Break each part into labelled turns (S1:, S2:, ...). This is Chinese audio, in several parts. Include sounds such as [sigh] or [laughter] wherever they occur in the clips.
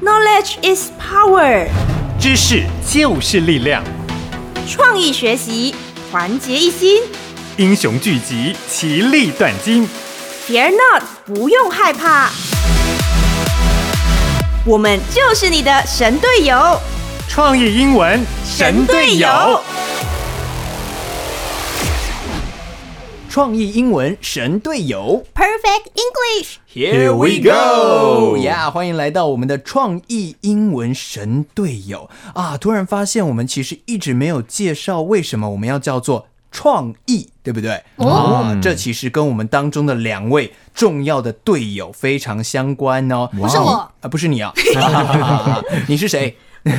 S1: Knowledge is power，
S2: 知识就是力量，
S1: 创意学习，团结一心。
S2: 英雄聚集，其利断金。
S1: Fear not，不用害怕，我们就是你的神队友。
S2: 创意英文神队友，
S3: 创意英文神队友。
S1: Perfect English，
S3: Here
S2: we go
S3: 呀、欢迎来到我们的创意英文神队友啊！突然发现我们其实一直没有介绍为什么我们要叫做创意，对不对？哦、啊，这其实跟我们当中的两位重要的队友非常相关哦。不
S4: 是我
S3: 啊，不是你 [laughs] 啊，你是谁？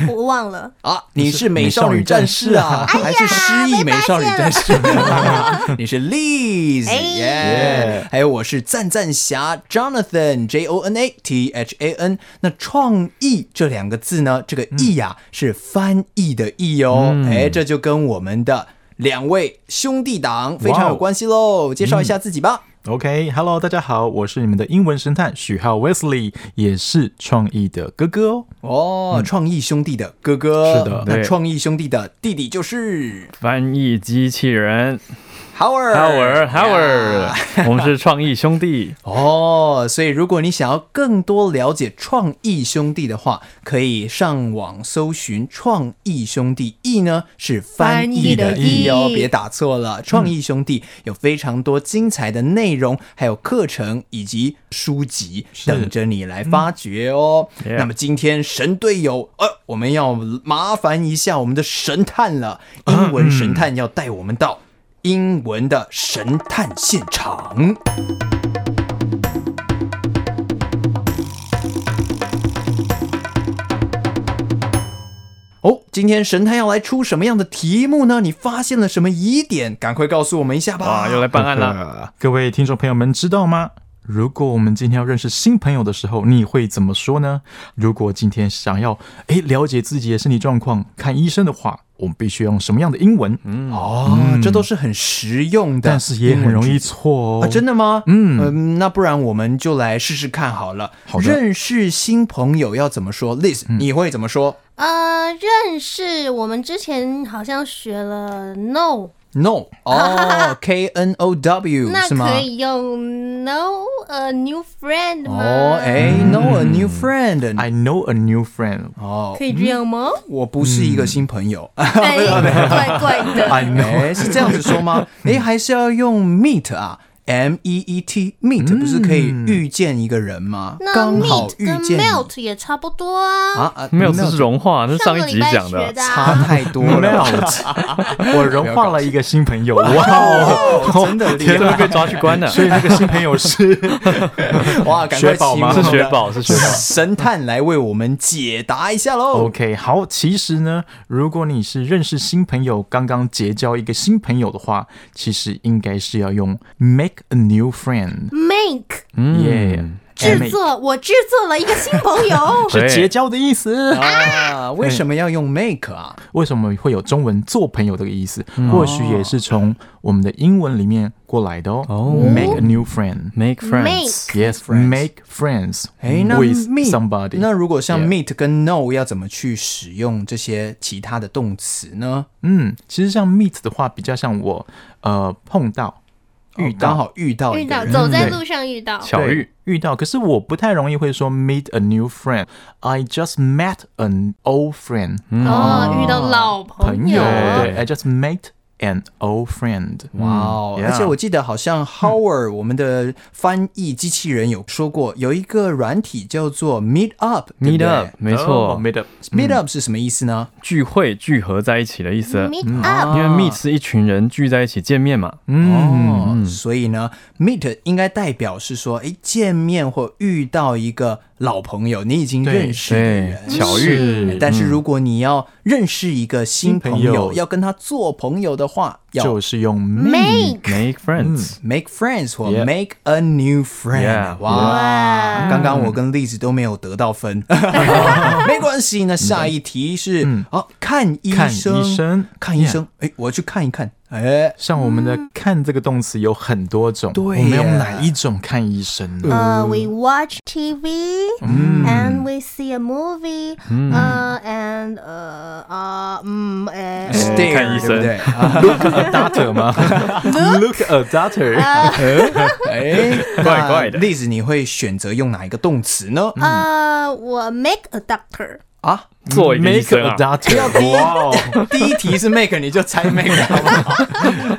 S4: 我
S2: [laughs]
S4: 忘了，
S3: 啊，你是美少女战士啊，还是失忆美
S5: 啊
S3: 少女战
S5: 哎
S3: 士？ [laughs] 你是 Liz，
S4: 哎
S3: 耶！还有我是赞赞侠 Jonathan，J O N A T H A N。那创意这两个字呢，这个意呀、
S5: 嗯
S3: 是翻译的意哦，哎，这就跟我们的两位兄弟党非
S5: 哦
S3: 常有关系喽。介绍一下自己吧。
S6: OK，Hello，、大家好，我是你们的英文神探许浩 Wesley，也是创意的哥哥哦。
S5: 嗯
S3: 哦，创意兄弟的哥哥，
S6: 是的
S3: 那
S5: 对
S3: 创意兄弟的弟弟就是
S5: 翻译机器人
S3: Howard。呀哎 [laughs]
S5: Howard，Howard，我们是创意兄弟。
S3: 哦，所以如果你想要更多了解创意兄弟的话，可以上网搜寻“创意兄弟”，意呢是翻译的意
S4: 翻译的 E
S3: 哦，
S4: 意
S3: 别打错了。创意兄弟有非常多精彩的内容，还有课程以及书籍等着你来发掘哦。
S4: 嗯
S5: Yeah
S3: 那么今天神队友，呃，我们要麻烦一下我们的神探了，英文神探要带我们到英文的神探现场。哦，今天神探要来出什么样的题目呢？你发现了什么疑点？赶快告诉我们一下吧！
S5: 哇，又来办案了。
S6: 啊各位听众朋友们，知道吗？如果我们今天要认识新朋友的时候，你会怎么说呢？如果今天想要诶了解自己的身体状况，看医生的话，我们必须用什么样的英文？嗯，
S3: 哦，这都是很实用的，
S6: 但是也很容易错哦。
S3: 啊，真的吗？
S6: 嗯
S3: 嗯，那不然我们就来试试看好了。
S6: 好的嗯
S3: 认识新朋友要怎么说？Liz，、你会怎么说
S4: 呃，认识我们之前好像学了 no，
S3: ？No，哦
S4: [laughs]
S3: ，K N O W
S4: 那
S3: 是吗？
S4: 可以用 no a new friend 吗？
S3: 哦，哎，know a new friend，、
S6: 嗯 I know a new friend。
S3: 哦，
S4: 可以这样吗？
S3: 我不是一个新朋友。
S4: 哎，怪怪的。
S3: I know 是这样子说
S6: [laughs]
S3: 吗？
S6: 嗯
S3: 哎，还是要用 meet 啊，M E E T meet、不
S6: 嗯
S3: 是可以遇见一个人吗？
S4: 那
S3: 刚好
S4: meet
S3: 遇
S4: 跟
S3: 见你
S4: melt 也差不多啊。
S3: 啊啊，
S5: 没有，这
S3: melt
S5: 是融化，这是
S4: 上
S5: 上一
S4: 个
S5: 集
S4: 礼拜
S5: 讲
S4: 学
S5: 的。
S4: 的啊，
S3: 差太多了。 [laughs]
S6: 我融化了一个新朋 [laughs] 友，哇哦，
S3: 真的厉
S5: [laughs] 天都
S3: 害！
S5: 被抓去
S6: [laughs]
S5: 关了。
S6: 所以那个新朋友是
S3: [laughs] 哇，赶快
S6: 雪宝
S3: 请
S6: 吗
S3: 我们
S5: 是雪
S3: 的
S5: 宝，是雪宝。
S3: 神探来为我们解答一下喽。
S6: OK，好，其实呢，如果你是认识新朋友，刚刚结交一个新朋友的话，其实应该是要用 make a new friend，
S4: make
S6: 耶、。
S3: 哎
S4: 制作，我制作了一个新朋友
S3: [laughs]
S6: 是
S5: 对
S6: 结交的意思。
S3: 啊，为什么要用 make 啊？
S6: 为什么会有中文做朋友这个意思？或许也是从我们的英文里面过来的哦。make a new friend。
S5: Make friends，
S4: make
S6: Yes, make friends
S3: 哎，那
S6: 嗯 with
S3: meet
S6: somebody。
S3: 那如果像
S6: Yeah
S3: meet 跟 know 要怎么去使用这些其他的动词呢？
S6: 嗯，其实像 meet 的话，比较像我呃碰到、遇
S3: 哦刚
S6: 到、
S3: 好遇到一
S4: 遇
S3: 个
S4: 到，
S3: 人
S4: 走在
S6: 对
S4: 路上遇到。
S5: 巧
S6: 对
S5: 遇。
S6: 遇到，可是我不太容易会说 meet a new friend。I just met an old friend，、
S3: 嗯
S6: 啊
S4: 哦，遇到老朋
S6: 朋友。
S4: 友。
S6: 对，I just met an old friend。
S3: 哇哦！
S6: 嗯 Yeah
S3: 而且我记得好像 Howard 我们的翻译机器人有说过，有一个软体叫做 Meet Up，Meet
S5: Meet up，没嗯错，
S6: 嗯哦，meet up。
S3: Meet Up 是什么意思呢？
S5: 哦聚会聚合在一起的意思。
S3: 嗯
S4: Meet up，
S3: 啊
S5: 因为 meet 是一群人聚在一起见面嘛。
S3: 哦，所以呢，meet 应该代表是说，哎，见面或遇到一个老朋友，你已经认识的
S5: 对
S3: 人，。
S5: 巧遇。
S3: 哎但是如果你要认识一个新朋
S6: 新朋
S3: 友，
S6: 友
S3: 要跟他做朋友的话，要
S6: 就是用
S4: Make
S5: Make friends，
S3: make friends 或
S6: Yeah
S3: make a new friend。
S5: Yeah
S3: 哇，刚刚我跟栗子都没有得到分，没关系。那下一题是啊，看医
S6: 看
S3: 生，
S6: 医生
S3: 看医生，哎，我去看一看。哎，
S6: 像我们的“看”这个动词有很多种，
S3: 对
S6: 我们用
S3: 耶
S6: 哪一种看医生呢？
S4: Uh, we watch TV and we see a movie. Uh, and uh, uh, mm, eh,
S5: 看医
S3: stare
S5: 生
S3: 对不对？
S6: [laughs]
S3: 啊
S6: Look a doctor 吗 [laughs] ？Look a doctor，
S3: 哎，
S5: 怪怪的
S3: 那例子你会选择用哪一个动词呢？
S4: uh, well, make a doctor.
S3: 啊，
S5: 做一个医
S6: make
S5: 生
S6: a
S5: 啊，
S6: doctor，哇哦，
S3: 第一题是 make，你就猜 make 好不好？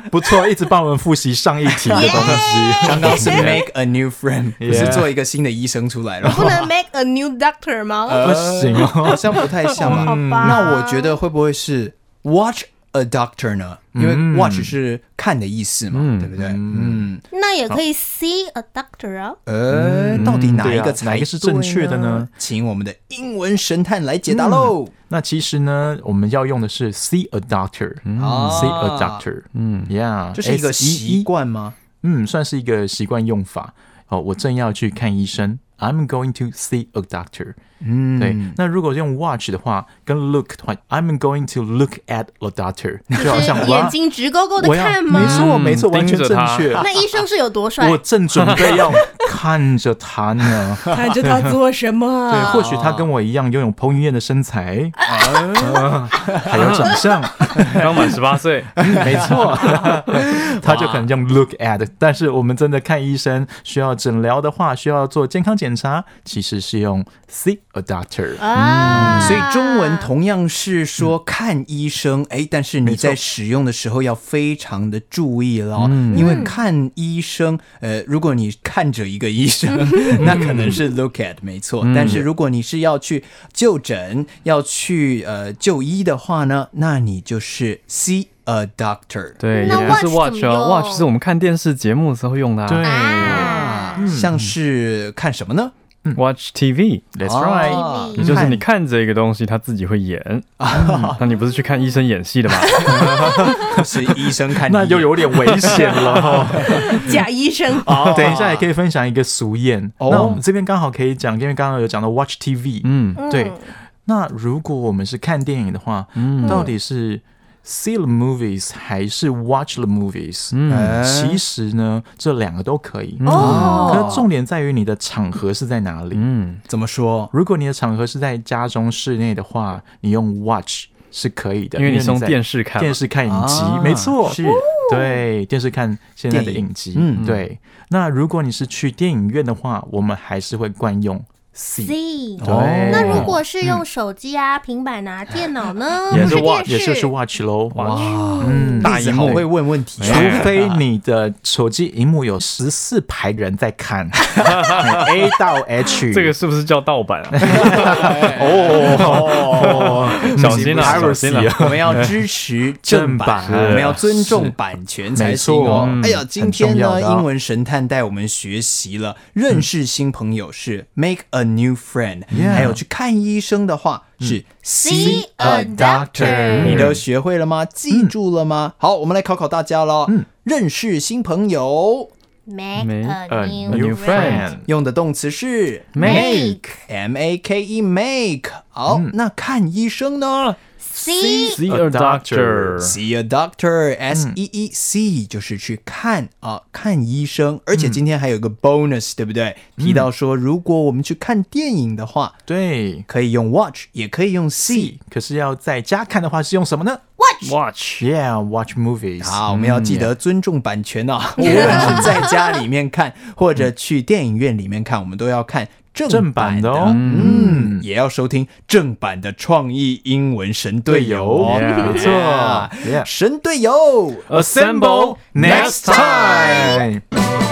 S6: [laughs] 不错，一直帮我们复习上一题的东西。
S3: 刚刚是 make a new friend，
S6: Yeah
S3: 不是做一个新的医生出来了。
S4: 不能 make a new doctor 吗？
S3: Uh,
S6: 不行哦
S3: 呃好像不太像
S4: [laughs]
S3: 吧？
S4: 嗯好吧
S3: 那我觉得会不会是 watch a doctor 呢？因
S6: 嗯
S3: 为 watch 是看的意思嘛，对不对？嗯，
S4: 那也可以 see a doctor 啊。
S3: 呃，到底哪一个才
S6: 嗯对啊哪一个是正确的呢嗯
S3: 对？请我们的英文神探来解答喽。
S6: 那其实呢，我们要用的是 see a doctor，嗯
S3: 啊
S6: ，see a doctor，嗯，yeah，
S3: 这是一个
S6: S-E-E
S3: 习惯吗？
S6: 嗯，算是一个习惯用法。哦，我正要去看医生，I'm going to see a doctor。嗯，对。那如果用 watch 的话，跟 look 的话，I'm going to look at a doctor，就好像我要我要
S4: 眼睛直勾勾的看吗？
S6: 没错，没错，
S5: 嗯
S6: 完全
S5: 盯
S6: 正
S5: 着他
S6: 确。
S4: 那医生是有多帅？
S6: 我正准备要看着他呢。
S7: [laughs] 看着他做什
S6: [laughs] 对，
S7: 么？
S6: 或许他跟我一样拥有彭于晏的身材，啊 [laughs] 还有长
S7: [laughs]
S6: 相，
S5: 嗯 [laughs] 刚满十八岁，
S6: 没错，他就可能用 look at，但是我们真的看医生需要诊疗的话，需要做健康检查，其实是用 see a doctor。
S4: 啊，
S3: 所以中文同样是说看医生，哎、但是你在使用的时候要非常的注意咯，因为看医生，呃，如果你看着一个医生， [laughs] 那可能是 look at 没错，但是如果你是要去就诊、要去呃就医的话呢，那你就是 see a doctor。
S5: 对，也
S4: 那
S5: 不是
S4: watch
S5: watch
S4: 怎么
S5: 啊
S4: 用
S5: ，watch 是我们看电视节目的时候用的啊。
S6: 对
S4: 啊
S3: 像是看什么呢？
S5: ，watch TV，
S6: ，That's
S7: 哦
S6: right。
S3: 啊
S5: 也就
S3: [laughs]
S5: 是你看着一个东西，它自己会演。嗯那你不是去看医生演戏的 [laughs] 吗？
S3: 是医生看你，
S6: 那又有点危险了。哦
S7: [laughs] 假医生，
S6: [laughs] 等一下也可以分享一个俗谚。
S3: 哦
S6: 那我们这边刚好可以讲，因为刚刚有讲到 watch TV。
S5: 嗯，
S6: 对。那如果我们是看电影的话，
S5: 嗯
S6: 到底是 see the movies 还是 watch the movies？嗯，其实呢，这两个都可
S5: 嗯
S6: 以。哦，可是重点在于你的场合是在哪里。
S5: 嗯，
S3: 怎么说？
S6: 如果你的场合是在家中室内的话，你用 watch 是可以的，
S5: 因为你是用
S6: 在
S5: 电视看嘛
S6: 电视看影集，
S3: 啊
S6: 没错，
S3: 是
S6: 对，电视看现在的
S3: 电影
S6: 影集，
S3: 嗯
S6: 对。那如果你是去电影院的话，我们还是会惯用 see，
S4: C。
S6: 对。
S4: 那如果是用手机啊、平板啊、电脑呢？
S5: 也是
S4: 是
S5: watch，
S6: 也就
S4: 电
S6: 是
S4: 视
S6: 是 watch 喽，
S3: 哇，
S6: 嗯，
S3: 大
S5: 荧
S3: 姨
S5: 幕
S3: 好会问问题哦，
S6: 除非你的手机荧幕有十四排人在
S5: [laughs]
S6: 看，A 到 H，
S5: 这个是不是叫盗版啊？ [laughs]
S6: 哦，
S5: 小心啊，小心
S6: Piracy
S5: 啊
S6: 啊！
S3: 我们要支持正版，
S6: 正版
S3: 我们要尊重版权才行哦
S6: 没
S3: 哎
S6: 错。
S3: 呀，今天
S6: 很重要
S3: 呢，
S6: 的哦
S3: 英文神探带我们学习了认识新朋友是 make a new friend，
S6: Yeah
S3: 还有去看医生的话是 see
S4: See a doctor
S3: 你都学会了吗？记住了吗？好，我们来考考大家喽。认识新朋友
S4: make
S5: a
S4: a
S5: new
S4: new friend。
S5: friend
S3: 用的动词是
S4: Make
S3: m a k e make。好，那看医生呢？
S4: C
S5: [laughs] ，See a doctor，
S3: See a doctor, S E E C、就是去看啊，看医生。而且今天还有一个 bonus，、对不对？提到说，如果我们去看电影的话，
S6: 对，
S3: 可以用 watch，也可以用 see。
S6: 可是要在家看的话是用什么呢
S5: watch，
S6: ？Yeah，watch movies。
S3: 好，我们要记得尊重版权啊！无论是在家里面看， [laughs] 或者去电影院里面看，我们都要看正
S6: 正
S3: 版
S6: 版
S3: 的
S6: 的哦
S3: 嗯，也要收听正版的创意英文神队友哦。
S6: Yeah
S3: 没错
S6: Yeah
S3: 神队友
S5: Assemble next
S6: time。